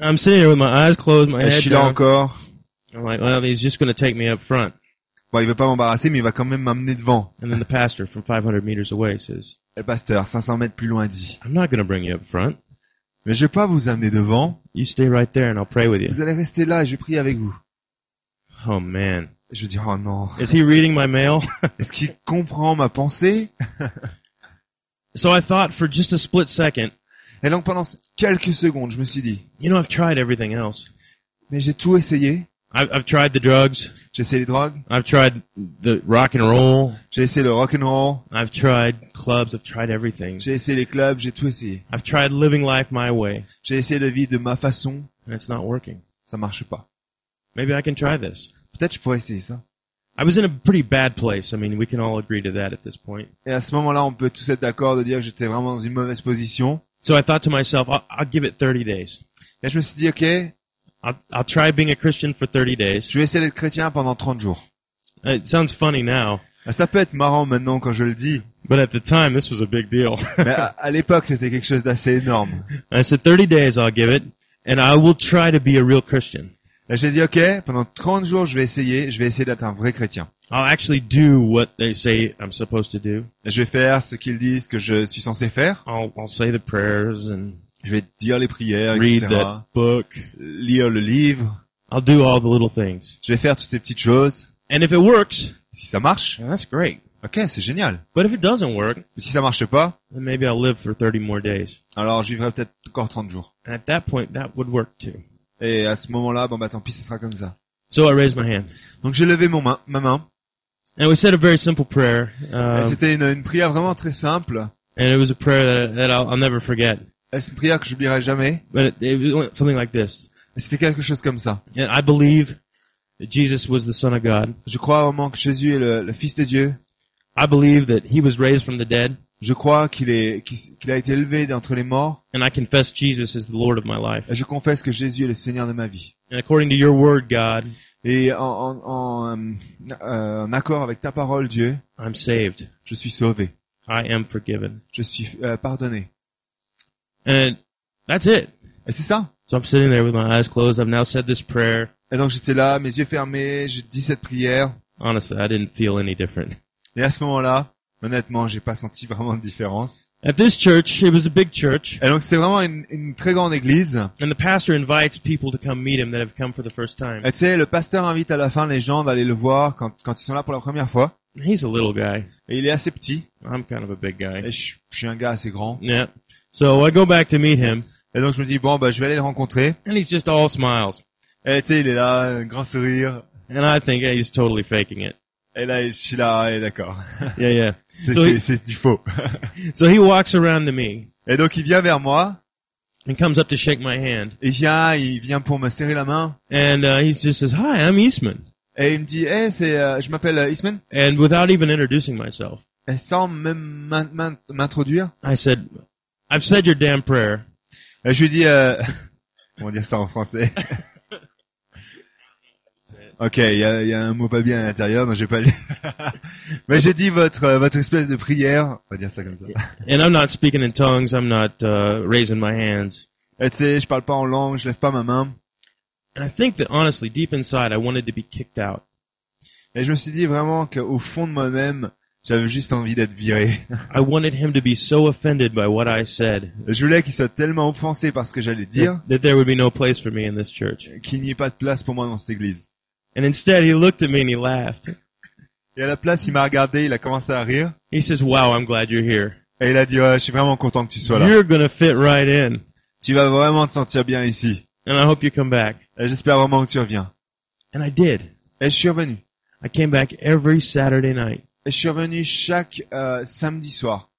Speaker 1: I'm sitting here with my eyes closed, my
Speaker 2: Et je
Speaker 1: head
Speaker 2: suis là
Speaker 1: down.
Speaker 2: encore.
Speaker 1: I'm like, well, he's just going to take me up front.
Speaker 2: Bon, il veut pas m'embarrasser, mais il va quand même m'amener devant.
Speaker 1: And then the pastor from 500 meters away says,
Speaker 2: Et le pasteur, 500 mètres plus loin, dit,
Speaker 1: I'm not going to bring you up front.
Speaker 2: mais je vais pas vous amener devant,
Speaker 1: You stay right there and I'll pray with you.
Speaker 2: vous allez rester là et je prie avec vous.
Speaker 1: Oh man.
Speaker 2: Et je dis, oh non.
Speaker 1: Is he reading my mail?
Speaker 2: Est-ce qu'il comprend ma pensée
Speaker 1: so I thought for just a split second,
Speaker 2: Et donc pendant quelques secondes, je me suis dit,
Speaker 1: you know, I've tried everything else.
Speaker 2: mais j'ai tout essayé.
Speaker 1: I've, I've tried the drugs.
Speaker 2: J'ai essayé les drogues,
Speaker 1: I've tried the rock and roll.
Speaker 2: j'ai essayé le rock and roll,
Speaker 1: I've tried clubs. I've tried everything.
Speaker 2: j'ai essayé les clubs, j'ai tout essayé.
Speaker 1: I've tried living life my way
Speaker 2: J'ai essayé de vivre de ma façon,
Speaker 1: and it's not working.
Speaker 2: ça marche pas.
Speaker 1: Maybe I can try this.
Speaker 2: Peut-être je pourrais essayer ça.
Speaker 1: I was in a pretty bad place. I mean, we can all agree to that at this point.
Speaker 2: Et à ce moment-là, on peut tous être d'accord de dire que j'étais vraiment dans une mauvaise position.
Speaker 1: So I thought to myself, I'll, I'll give it 30 days.
Speaker 2: Et je me suis dit, ok,
Speaker 1: I'll, I'll try being a Christian for 30 days.
Speaker 2: Je vais essayer d'être chrétien pendant 30 jours. Ah,
Speaker 1: It sounds funny now,
Speaker 2: Ça peut être marrant maintenant quand je le dis,
Speaker 1: but at the time this was a big deal.
Speaker 2: mais à, à l'époque c'était quelque chose d'assez énorme.
Speaker 1: I said 30 days I'll give it and I will try to be a real Christian.
Speaker 2: Là j'ai dit ok, pendant 30 jours je vais essayer, je vais essayer d'être un vrai chrétien.
Speaker 1: I'll actually do what they say I'm supposed to do.
Speaker 2: Je vais faire ce qu'ils disent que je suis censé faire.
Speaker 1: I'll, I'll say the prayers and
Speaker 2: Je vais dire les prières,
Speaker 1: read
Speaker 2: etc.
Speaker 1: that book.
Speaker 2: Lire le livre.
Speaker 1: I'll do all the little things.
Speaker 2: Je vais faire toutes ces petites choses.
Speaker 1: And if it works,
Speaker 2: Si ça marche,
Speaker 1: then that's great.
Speaker 2: ok, c'est génial.
Speaker 1: But if it doesn't work,
Speaker 2: Mais si ça marche pas,
Speaker 1: then maybe I'll live for 30 more days.
Speaker 2: alors j'y vivrai peut-être encore 30 jours.
Speaker 1: And at that point, that would work too.
Speaker 2: Et à ce moment-là, bon bah tant pis, ce sera comme ça.
Speaker 1: So I raised my hand.
Speaker 2: Donc j'ai levé mon main, ma main.
Speaker 1: And we said a very simple prayer.
Speaker 2: Et
Speaker 1: Um,
Speaker 2: C'était une, une prière vraiment très simple.
Speaker 1: and it was a prayer that, that I'll, I'll never forget.
Speaker 2: Et C'est une prière que j'oublierai jamais.
Speaker 1: But it, it was something like this.
Speaker 2: Et C'était quelque chose comme ça.
Speaker 1: And I believe that Jesus was the Son of God.
Speaker 2: Je crois vraiment que Jésus est le, le Fils de Dieu.
Speaker 1: I believe that he was raised from the dead.
Speaker 2: Je crois qu'il est qu'il qu'il a été élevé d'entre les morts.
Speaker 1: And I confess Jesus is the Lord of my life.
Speaker 2: Et je confesse que Jésus est le Seigneur de ma vie.
Speaker 1: And according to your word, God,
Speaker 2: Et en, en, en, euh, euh, en accord avec ta parole, Dieu,
Speaker 1: I'm saved.
Speaker 2: je suis sauvé.
Speaker 1: I am forgiven.
Speaker 2: Je suis euh, pardonné.
Speaker 1: And that's it.
Speaker 2: Et c'est ça.
Speaker 1: So I'm sitting there with my eyes closed. I've now said this prayer.
Speaker 2: Et donc j'étais là, mes yeux fermés, j'ai dit cette prière.
Speaker 1: Honestly, I didn't feel any different.
Speaker 2: Et à ce moment-là, honnêtement, j'ai pas senti vraiment de différence.
Speaker 1: At this church, it was a big church,
Speaker 2: Et donc c'est vraiment une, une très grande église.
Speaker 1: and the pastor invites people to come meet him that have come for the first time.
Speaker 2: Et Eh, tu sais, le pasteur invite à la fin les gens d'aller le voir quand, quand ils sont là pour la première fois.
Speaker 1: He's a little guy.
Speaker 2: Et il est assez petit.
Speaker 1: I'm kind of a big
Speaker 2: Et
Speaker 1: guy.
Speaker 2: je, je suis un gars assez grand.
Speaker 1: Yeah. So I go back to meet him,
Speaker 2: Et donc je me dis bon bah je vais aller le rencontrer.
Speaker 1: and he's just all smiles.
Speaker 2: Et tu sais, il est là, un grand sourire.
Speaker 1: And I think hey, he's totally faking it.
Speaker 2: Et là, je suis là, et d'accord.
Speaker 1: Yeah, yeah.
Speaker 2: C'est
Speaker 1: Oui.
Speaker 2: c'est- c'est du faux.
Speaker 1: So he walks around to me
Speaker 2: Et donc il vient vers moi,
Speaker 1: and comes up to shake my hand,
Speaker 2: il vient, il vient pour me serrer la main,
Speaker 1: and uh, he just says, "Hi, I'm Eastman,"
Speaker 2: et il me dit, eh, c'est, euh, je m'appelle euh, Eastman.
Speaker 1: and without even introducing myself,
Speaker 2: Et sans même m'in- m'in- m'introduire,
Speaker 1: I said, "I've said your damn prayer."
Speaker 2: et je lui dis, euh, comment dire ça en français Ok, il y a, il y a un mot pas bien à l'intérieur, non, j'ai pas le. Mais j'ai dit votre euh, votre espèce de prière, on va dire ça comme ça.
Speaker 1: And I'm not speaking in tongues. I'm not uh, raising my hands.
Speaker 2: Et tu sais, je parle pas en langue, je lève pas ma main.
Speaker 1: And I think that honestly, deep inside, I wanted to be kicked out.
Speaker 2: Et je me suis dit vraiment qu'au fond de moi-même, j'avais juste envie d'être viré.
Speaker 1: I wanted him to be so offended by what I said
Speaker 2: Je voulais qu'il soit tellement offensé par ce que j'allais dire
Speaker 1: that there would be no place for me in this church.
Speaker 2: qu'il n'y ait pas de place pour moi dans cette église.
Speaker 1: And instead, he looked at me and he laughed.
Speaker 2: Et à la place, il m'a regardé, il a commencé à rire,
Speaker 1: He says, "Wow, I'm glad you're here.
Speaker 2: et il a dit, ouais, je suis vraiment content que tu sois là.
Speaker 1: You're gonna fit right in,
Speaker 2: Tu vas vraiment te sentir bien ici.
Speaker 1: and I hope you come back."
Speaker 2: Et Euh, j'espère vraiment que tu reviens.
Speaker 1: And I did.
Speaker 2: Et je suis revenu.
Speaker 1: I came back every Saturday night.
Speaker 2: Et je suis revenu chaque euh, samedi soir.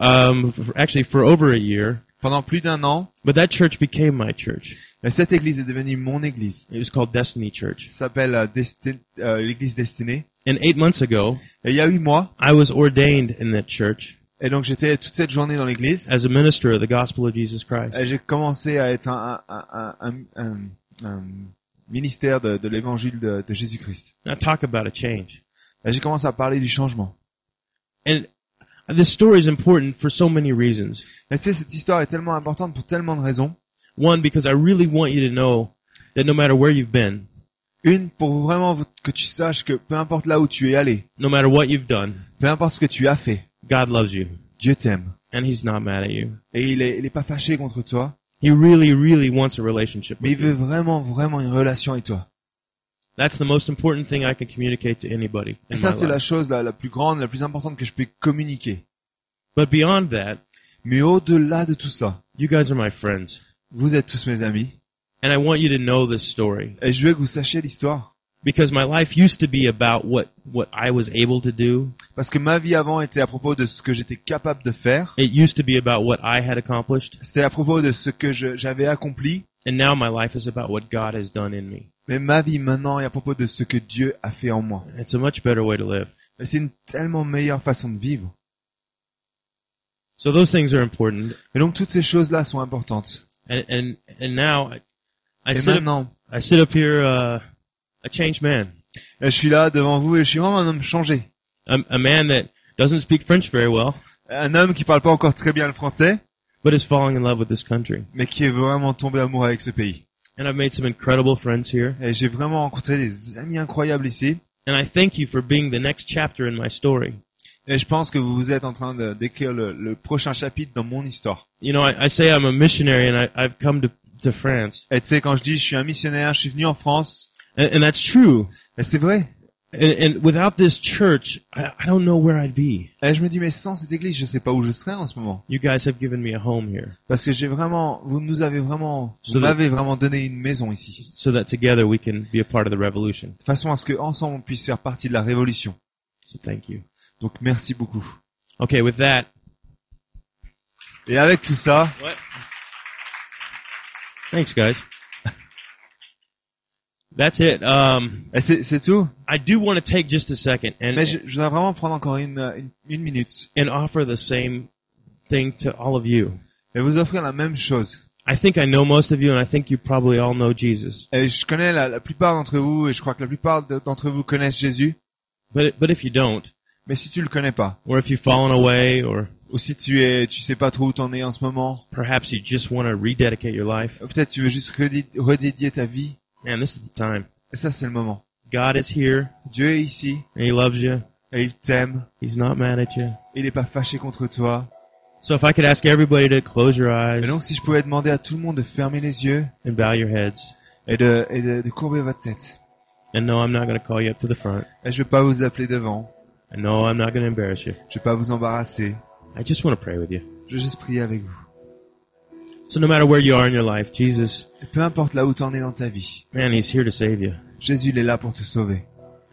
Speaker 1: Um, f- actually, for over a year.
Speaker 2: Pendant plus d'un an,
Speaker 1: But that church became my church.
Speaker 2: et cette église est devenue mon église.
Speaker 1: It was called Destiny Church.
Speaker 2: Ça s'appelle euh, Desti- euh, l'église destinée.
Speaker 1: And eight months ago,
Speaker 2: Et il y a huit mois,
Speaker 1: I was ordained in that church
Speaker 2: et donc j'étais toute cette journée dans l'église.
Speaker 1: as a minister of the gospel of Jesus Christ.
Speaker 2: Et j'ai commencé à être un, un, un, un- un- un ministère de, de l'évangile de, de Jésus-Christ.
Speaker 1: Now talk about a change.
Speaker 2: Et j'ai commencé à parler du changement.
Speaker 1: And this story is important for so many reasons.
Speaker 2: Et tu sais, cette histoire est tellement importante pour tellement de raisons.
Speaker 1: One, because I really want you to know that no matter where you've been,
Speaker 2: Une, pour vraiment vous- que tu saches que peu importe là où tu es allé,
Speaker 1: no matter what you've done,
Speaker 2: peu importe ce que tu as fait,
Speaker 1: God loves you
Speaker 2: Dieu t'aime.
Speaker 1: and He's not mad at you.
Speaker 2: Et il est, il est pas fâché contre toi,
Speaker 1: He really, really wants a relationship
Speaker 2: mais il
Speaker 1: with
Speaker 2: veut
Speaker 1: you.
Speaker 2: vraiment, vraiment une relation avec toi.
Speaker 1: That's the most important thing I can communicate to anybody. in
Speaker 2: Et ben ça,
Speaker 1: my
Speaker 2: c'est la
Speaker 1: life.
Speaker 2: chose la, la plus grande, la plus importante que je peux communiquer.
Speaker 1: But beyond that,
Speaker 2: Mais au-delà de tout ça,
Speaker 1: you guys are my friends.
Speaker 2: vous êtes tous mes amis,
Speaker 1: And I want you to know this story
Speaker 2: et je veux que vous sachiez l'histoire.
Speaker 1: because my life used to be about what, what I was able to do.
Speaker 2: Parce que ma vie avant était à propos de ce que j'étais capable de faire.
Speaker 1: It used to be about what I had accomplished.
Speaker 2: C'était à propos de ce que je- j'avais accompli.
Speaker 1: And now my life is about what God has done in me.
Speaker 2: Mais ma vie maintenant est à propos de ce que Dieu a fait en moi.
Speaker 1: It's a much better way to live.
Speaker 2: Et C'est une tellement meilleure façon de vivre.
Speaker 1: So those things are important.
Speaker 2: Et donc toutes ces choses-là sont importantes.
Speaker 1: And and and now I, I
Speaker 2: et
Speaker 1: sit up,
Speaker 2: maintenant,
Speaker 1: I sit up here, uh, a changed man.
Speaker 2: je suis là devant vous et je suis vraiment un homme changé.
Speaker 1: A, a man that doesn't speak French very well,
Speaker 2: Un homme qui parle pas encore très bien le français,
Speaker 1: but is falling in love with this country.
Speaker 2: mais qui est vraiment tombé amoureux avec ce pays.
Speaker 1: And I've made some incredible friends here.
Speaker 2: Et j'ai vraiment rencontré des amis incroyables ici.
Speaker 1: And I thank you for being the next chapter in my story.
Speaker 2: Et je pense que vous êtes en train de- d'écrire le, le prochain chapitre dans mon histoire.
Speaker 1: You know, I, I say I'm a missionary and I, I've come to, to France.
Speaker 2: Et tu sais, quand je dis je suis un missionnaire, je suis venu en France,
Speaker 1: And, and that's true.
Speaker 2: et c'est vrai.
Speaker 1: And, and without this church, I, I don't know where I'd be.
Speaker 2: Et je me dis, mais sans cette église, je sais pas où je serais en ce moment.
Speaker 1: You guys have given me a home here
Speaker 2: Parce que j'ai vraiment, vous nous avez vraiment,
Speaker 1: So
Speaker 2: vous
Speaker 1: that-
Speaker 2: m'avez vraiment donné une maison ici.
Speaker 1: so that together we can be a part of the revolution.
Speaker 2: De façon à ce que ensemble on puisse faire partie de la révolution.
Speaker 1: So thank you.
Speaker 2: Donc merci beaucoup.
Speaker 1: Okay, with that,
Speaker 2: Et avec tout ça,
Speaker 1: thanks guys. That's it. Um,
Speaker 2: et c'est c'est tout.
Speaker 1: I do want to take just a second and,
Speaker 2: Mais je, je voudrais vraiment prendre encore une, euh, une, une minute
Speaker 1: and offer the same thing to all of you.
Speaker 2: et vous offrir la même chose.
Speaker 1: I think I know most of you and I think you probably all know Jesus.
Speaker 2: Et je connais la, la plupart d'entre vous et je crois que la plupart de- d'entre vous connaissent Jésus.
Speaker 1: But, but if you don't,
Speaker 2: Mais si tu le connais pas,
Speaker 1: or if you've fallen away, or
Speaker 2: ou si tu es, tu sais pas trop où t'en es en ce moment,
Speaker 1: perhaps you just want to rededicate your life,
Speaker 2: euh, peut-être tu veux juste redé- redédier ta vie.
Speaker 1: man, this is the time.
Speaker 2: Et ça, c'est le moment.
Speaker 1: God is here
Speaker 2: Dieu est ici
Speaker 1: and He loves you.
Speaker 2: et il t'aime.
Speaker 1: He's not mad at you.
Speaker 2: Il n'est pas fâché contre toi.
Speaker 1: So if I could ask everybody to close your eyes
Speaker 2: Et donc, si je pouvais demander à tout le monde de fermer les yeux
Speaker 1: and bow your heads.
Speaker 2: et de, et de, de courber votre tête.
Speaker 1: And no, I'm not going to call you up to the front.
Speaker 2: Et je vais pas vous appeler devant.
Speaker 1: And no, I'm not going to embarrass you.
Speaker 2: Je vais pas vous embarrasser.
Speaker 1: I just want to pray with you.
Speaker 2: Je vais juste prier avec vous.
Speaker 1: So no matter where you are in your life, Jesus,
Speaker 2: Et peu importe là où t'en es dans ta vie,
Speaker 1: man, He's here to save you.
Speaker 2: Jésus, il est là pour te sauver.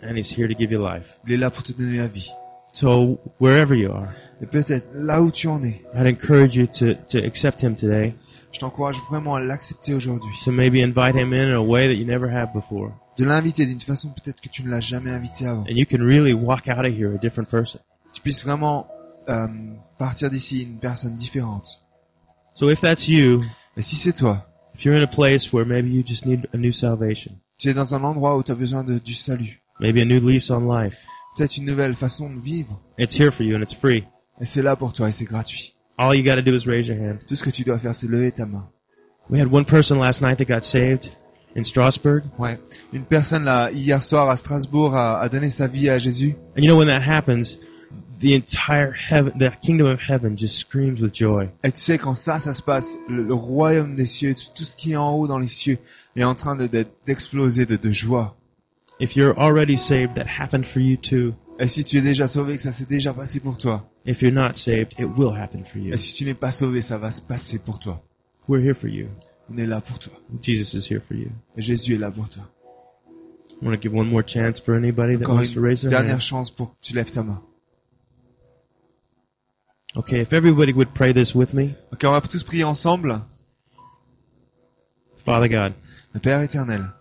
Speaker 1: And He's here to give you life.
Speaker 2: Il est là pour te donner la vie.
Speaker 1: So wherever you are,
Speaker 2: Et peut-être là où tu en es,
Speaker 1: I'd encourage you to, to accept Him today,
Speaker 2: je t'encourage vraiment à l'accepter aujourd'hui.
Speaker 1: to maybe invite Him in in a way that you never have before.
Speaker 2: De l'inviter d'une façon peut-être que tu ne l'as jamais invité avant.
Speaker 1: And you can really walk out of here a different person.
Speaker 2: Tu puisses vraiment euh, partir d'ici une personne différente.
Speaker 1: So if that's you,
Speaker 2: Et si c'est toi,
Speaker 1: if you're in a place where maybe you just need a new salvation,
Speaker 2: tu es dans un endroit où tu as besoin de, du salut,
Speaker 1: maybe a new lease on life,
Speaker 2: peut-être une nouvelle façon de vivre,
Speaker 1: it's here for you and it's free.
Speaker 2: et c'est là pour toi et c'est gratuit.
Speaker 1: All you got to do is raise your hand.
Speaker 2: Tout ce que tu dois faire, c'est lever ta main.
Speaker 1: We had one person last night that got saved in Strasbourg.
Speaker 2: Ouais. Une personne là hier soir à Strasbourg a, a donné sa vie à Jésus.
Speaker 1: And you know when that happens, the entire heaven, the kingdom of heaven just screams with joy.
Speaker 2: Et tu sais quand ça, ça se passe, le, le royaume des cieux, tout, tout ce qui est en haut dans les cieux, est en train de- de- d'exploser de, de joie.
Speaker 1: If you're already saved, that happened for you too.
Speaker 2: Et si tu es déjà sauvé, que ça s'est déjà passé pour toi.
Speaker 1: If you're not saved, it will happen for you.
Speaker 2: Et si tu n'es pas sauvé, ça va se passer pour toi.
Speaker 1: We're here for you.
Speaker 2: On est là pour toi.
Speaker 1: Jesus is here for you.
Speaker 2: Et Jésus est là pour toi.
Speaker 1: I want to give one more chance for anybody that
Speaker 2: Encore
Speaker 1: wants to
Speaker 2: une
Speaker 1: raise their
Speaker 2: dernière
Speaker 1: hand.
Speaker 2: chance pour que tu lèves ta main.
Speaker 1: Okay, if everybody would pray this with me.
Speaker 2: Ok, on va tous prier ensemble.
Speaker 1: Father God,
Speaker 2: Le Père éternel,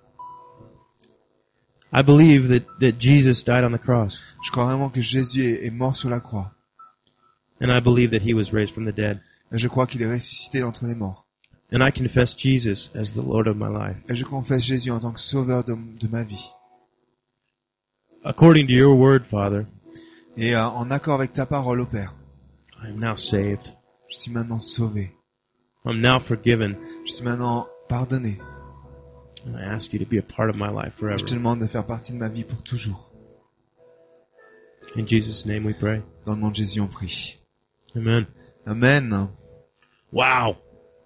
Speaker 1: I believe that, that Jesus died on the cross,
Speaker 2: je crois vraiment que Jésus est, est mort sur la croix.
Speaker 1: and I believe that he was raised from the dead.
Speaker 2: Et je crois qu'il est ressuscité d'entre les morts.
Speaker 1: And I confess Jesus as the Lord of my life.
Speaker 2: Et je confesse Jésus en tant que sauveur de, de ma vie.
Speaker 1: According to your word, Father,
Speaker 2: Et euh, en accord avec ta parole, ô Père,
Speaker 1: I am now saved.
Speaker 2: je suis maintenant sauvé.
Speaker 1: I'm now forgiven,
Speaker 2: Je suis maintenant pardonné.
Speaker 1: and I ask you to be a part of my life
Speaker 2: Je te
Speaker 1: forever.
Speaker 2: demande de faire partie de ma vie pour toujours.
Speaker 1: In Jesus' name we pray.
Speaker 2: Dans le nom de Jésus, on prie.
Speaker 1: Amen.
Speaker 2: Amen.
Speaker 1: Wow.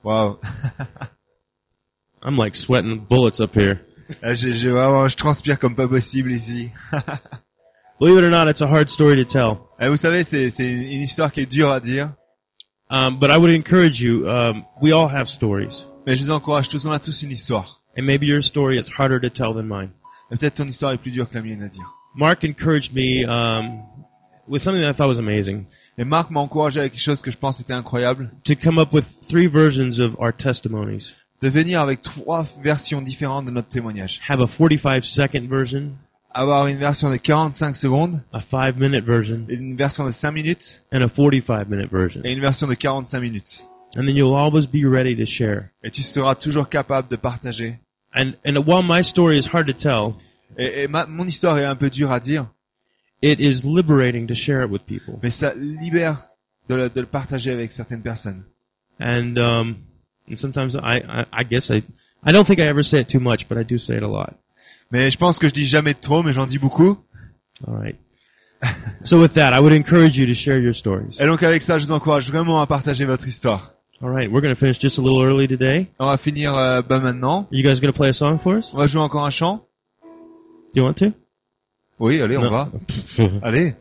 Speaker 2: Wow.
Speaker 1: I'm like sweating bullets up here.
Speaker 2: Ah, j'ai- j'ai vraiment- je transpire comme pas possible ici.
Speaker 1: Believe it or not, it's a hard story to tell.
Speaker 2: Eh, vous savez, c'est c'est une histoire qui est dure à dire.
Speaker 1: Um, but I would encourage you, um, we all have stories.
Speaker 2: Mais je vous encourage tous, on a tous une histoire.
Speaker 1: And maybe your story is harder to tell than mine.
Speaker 2: Et Peut-être ton histoire est plus dure que la mienne à dire.
Speaker 1: Mark encouraged me um, with something that I thought was amazing
Speaker 2: Et Marc m'a encouragé à quelque chose que je pense était incroyable.
Speaker 1: to come up with three versions of our testimonies.
Speaker 2: De venir avec trois versions différentes de notre témoignage.
Speaker 1: Have a 45 second version,
Speaker 2: Avoir une version de 45 secondes,
Speaker 1: a 5 minute version,
Speaker 2: une version de 5 minutes
Speaker 1: and a 45 minute version.
Speaker 2: et une version de 45 minutes.
Speaker 1: And then you'll always be ready to share.
Speaker 2: Et tu seras toujours capable de partager
Speaker 1: And and while my story is hard to tell,
Speaker 2: Et, et ma- mon histoire est un peu dure à dire,
Speaker 1: it is liberating to share it with people.
Speaker 2: mais ça libère de, la- de le partager avec certaines personnes.
Speaker 1: And um, and sometimes I, I I guess I I don't think I ever say it too much, but I do say it a lot.
Speaker 2: Mais je pense que je dis jamais de trop, mais j'en dis beaucoup.
Speaker 1: All right. so with that, I would encourage you to share your stories.
Speaker 2: Et donc avec ça, je vous encourage vraiment à partager votre histoire.
Speaker 1: All right, we're going to finish just a little early today.
Speaker 2: On va finir euh, bah, maintenant.
Speaker 1: Are you guys going to play a song for us? Do
Speaker 2: On va jouer encore un chant.
Speaker 1: you want to?
Speaker 2: Oui, allez, on
Speaker 1: Non.
Speaker 2: va.
Speaker 1: Why
Speaker 2: Allez,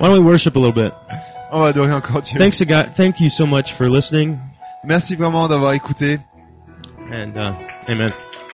Speaker 1: don't we worship a little bit?
Speaker 2: on va adorer encore Dieu.
Speaker 1: Thanks, a God. Thank you so much for listening.
Speaker 2: Merci vraiment d'avoir écouté.
Speaker 1: And uh, amen.